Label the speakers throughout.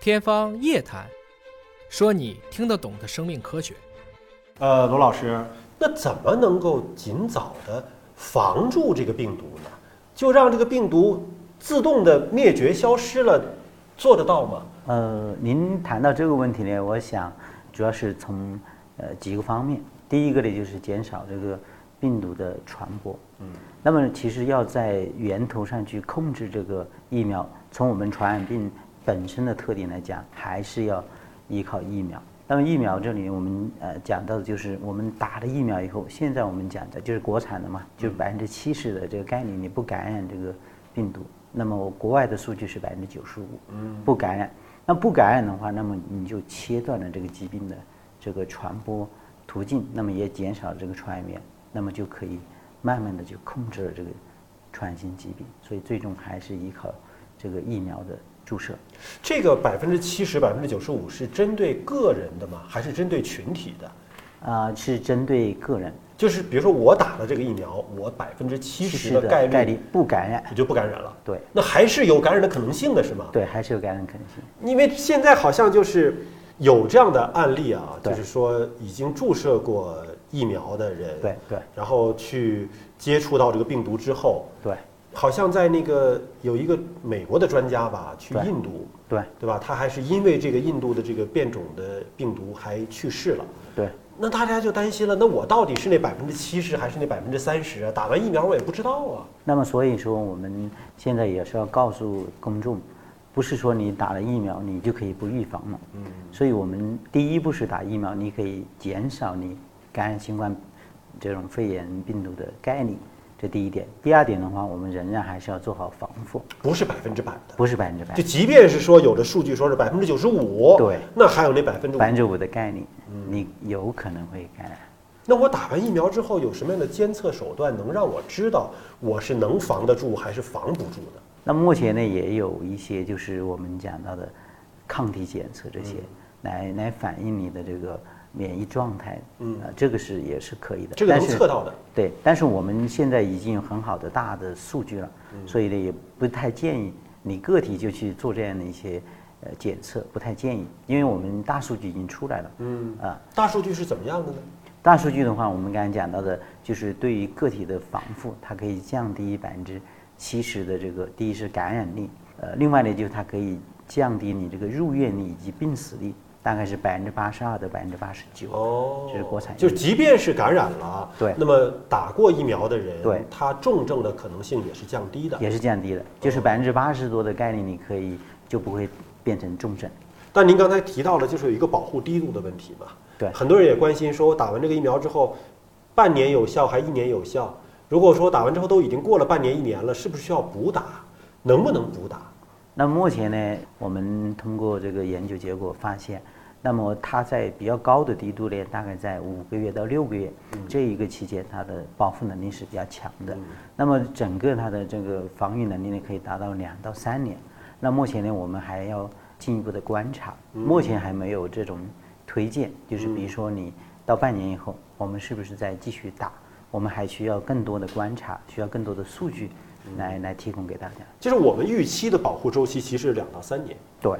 Speaker 1: 天方夜谭，说你听得懂的生命科学。
Speaker 2: 呃，罗老师，那怎么能够尽早的防住这个病毒呢？就让这个病毒自动的灭绝消失了，做得到吗？
Speaker 3: 呃，您谈到这个问题呢，我想主要是从呃几个方面。第一个呢，就是减少这个病毒的传播。嗯。那么其实要在源头上去控制这个疫苗，从我们传染病本身的特点来讲，还是要依靠疫苗。那么疫苗这里我们呃讲到的就是我们打了疫苗以后，现在我们讲的就是国产的嘛，就是百分之七十的这个概率你不感染这个病毒。那么我国外的数据是百分之九十五，不感染。那不感染的话，那么你就切断了这个疾病的这个传播途径，那么也减少这个传染源，那么就可以慢慢的就控制了这个传染性疾病。所以最终还是依靠这个疫苗的注射。
Speaker 2: 这个百分之七十、百分之九十五是针对个人的吗？还是针对群体的？
Speaker 3: 啊、是针对个人
Speaker 2: 就是比如说我打了这个疫苗，我百分之七十
Speaker 3: 70%
Speaker 2: 的概率
Speaker 3: 概率不感染，
Speaker 2: 我就不感染了。
Speaker 3: 对
Speaker 2: 那还是有感染的可能性的是吗？
Speaker 3: 对，还是有感染可能性。
Speaker 2: 因为现在好像就是有这样的案例啊，就
Speaker 3: 对
Speaker 2: 是说已经注射过疫苗的人，
Speaker 3: 对对
Speaker 2: 然后去接触到这个病毒之后，
Speaker 3: 对
Speaker 2: 好像在那个有一个美国的专家吧，去
Speaker 3: 对
Speaker 2: 印度，
Speaker 3: 对
Speaker 2: 对吧？他还是因为这个印度的这个变种的病毒还去世了。
Speaker 3: 对，
Speaker 2: 那大家就担心了，那我到底是那百分之七十还是那百分之三十啊？打完疫苗我也不知道啊。
Speaker 3: 那么所以说，我们现在也是要告诉公众，不是说你打了疫苗你就可以不预防了。嗯。所以我们第一步是打疫苗，你可以减少你感染新冠这种肺炎病毒的概率，这第一点。第二点的话，我们仍然还是要做好防护，
Speaker 2: 不是百分之百的。
Speaker 3: 不是百分之百
Speaker 2: 就，即便是说有的数据说是百分之九十五，
Speaker 3: 对
Speaker 2: 那还有那百分之五
Speaker 3: 百，分之五的概率，你有可能会感染。
Speaker 2: 那我打完疫苗之后有什么样的监测手段能让我知道我是能防得住还是防不住呢？
Speaker 3: 那目前呢，也有一些就是我们讲到的抗体检测这
Speaker 2: 嗯
Speaker 3: 些，来来反映你的这个免疫状态，嗯、这个是也是可以的。
Speaker 2: 这个能
Speaker 3: 但是
Speaker 2: 测到的。
Speaker 3: 对，但是我们现在已经有很好的大的数据了，
Speaker 2: 嗯
Speaker 3: 所以呢，也不太建议你个体就去做这样的一些呃检测，不太建议，因为我们大数据已经出来了，嗯啊、
Speaker 2: 大数据是怎么样的呢？
Speaker 3: 大数据的话，我们刚才讲到的，就是对于个体的防护，它可以降低百分之七十的这个，第一是感染力，呃，另外呢就是它可以降低你这个入院率以及病死率，大概是百分之八十二到百分之八十九。
Speaker 2: 哦
Speaker 3: 这是国产疫苗
Speaker 2: 就是即便是感染了，啊
Speaker 3: 对
Speaker 2: 那么打过疫苗的人，
Speaker 3: 对
Speaker 2: 他重症的可能性也是降低的。
Speaker 3: 也是降低了，就是百分之八十多的概率，你可以就不会变成重症。
Speaker 2: 但您刚才提到了，就是有一个保护低度的问题嘛。
Speaker 3: 对
Speaker 2: 很多人也关心说，我打完这个疫苗之后，半年有效还一年有效？如果说打完之后都已经过了半年一年了，是不是需要补打？能不能补打？
Speaker 3: 那目前呢，我们通过这个研究结果发现，那么它在比较高的低度呢，大概在五个月到六个月、这一个期间，它的保护能力是比较强的。那么整个它的这个防御能力呢，可以达到两到三年。那目前呢，我们还要进一步的观察，目前还没有这种推荐，就是比如说你到半年以后，我们是不是再继续打？我们还需要更多的观察，需要更多的数据来来提供给大家。
Speaker 2: 就是我们预期的保护周期其实是两到三年，
Speaker 3: 对。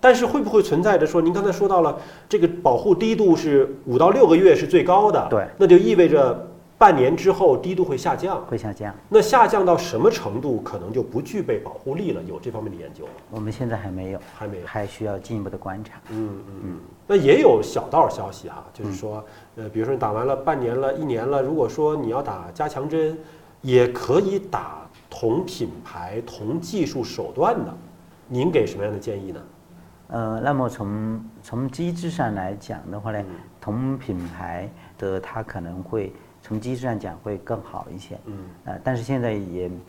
Speaker 2: 但是会不会存在着说，您刚才说到了这个保护低度是五到六个月是最高的，
Speaker 3: 对
Speaker 2: 那就意味着半年之后低度会下降。
Speaker 3: 会下降。
Speaker 2: 那下降到什么程度，可能就不具备保护力了？有这方面的研究吗？
Speaker 3: 我们现在还没有，
Speaker 2: 还没有
Speaker 3: 还需要进一步的观察。
Speaker 2: 嗯嗯嗯，那也有小道消息啊，就是说，呃，比如说你打完了半年了、一年了，如果说你要打加强针，也可以打同品牌、同技术手段的。您给什么样的建议呢？
Speaker 3: 呃，那么从从机制上来讲的话呢，
Speaker 2: 嗯
Speaker 3: 同品牌的它可能会从机制上讲会更好一些。
Speaker 2: 嗯，
Speaker 3: 呃，但是现在也、嗯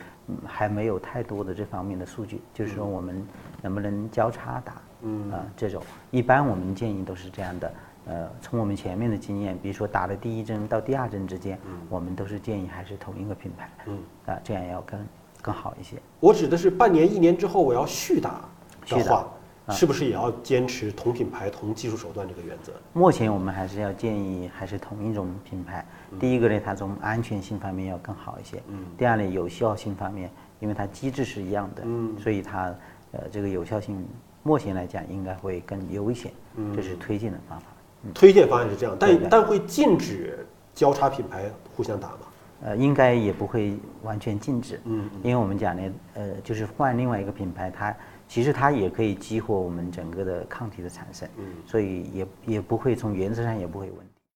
Speaker 3: 还没有太多的这方面的数据，就是说我们能不能交叉打？
Speaker 2: 嗯
Speaker 3: 啊、这种一般我们建议都是这样的。呃，从我们前面的经验，比如说打了第一针到第二针之间，我们都是建议还是同一个品牌。
Speaker 2: 嗯，
Speaker 3: 啊、这样要更更好一些。
Speaker 2: 我指的是半年、一年之后我要续打的
Speaker 3: 续
Speaker 2: 话
Speaker 3: 打，
Speaker 2: 是不是也要坚持同品牌、同技术手段这个原则？
Speaker 3: 目前我们还是要建议还是同一种品牌。第一个呢，它从安全性方面要更好一些。
Speaker 2: 嗯
Speaker 3: 第二呢，有效性方面，因为它机制是一样的，
Speaker 2: 嗯
Speaker 3: 所以它呃这个有效性目前来讲应该会更有一些，
Speaker 2: 嗯
Speaker 3: 这是推荐的方法。
Speaker 2: 推荐方案是这样，
Speaker 3: 对对
Speaker 2: 但但会禁止交叉品牌互相打吗？
Speaker 3: 呃，应该也不会完全禁止，
Speaker 2: 嗯，
Speaker 3: 因为我们讲呢，呃，就是换另外一个品牌，它其实它也可以激活我们整个的抗体的产生，
Speaker 2: 嗯
Speaker 3: 所以也也不会从原则上也不会问。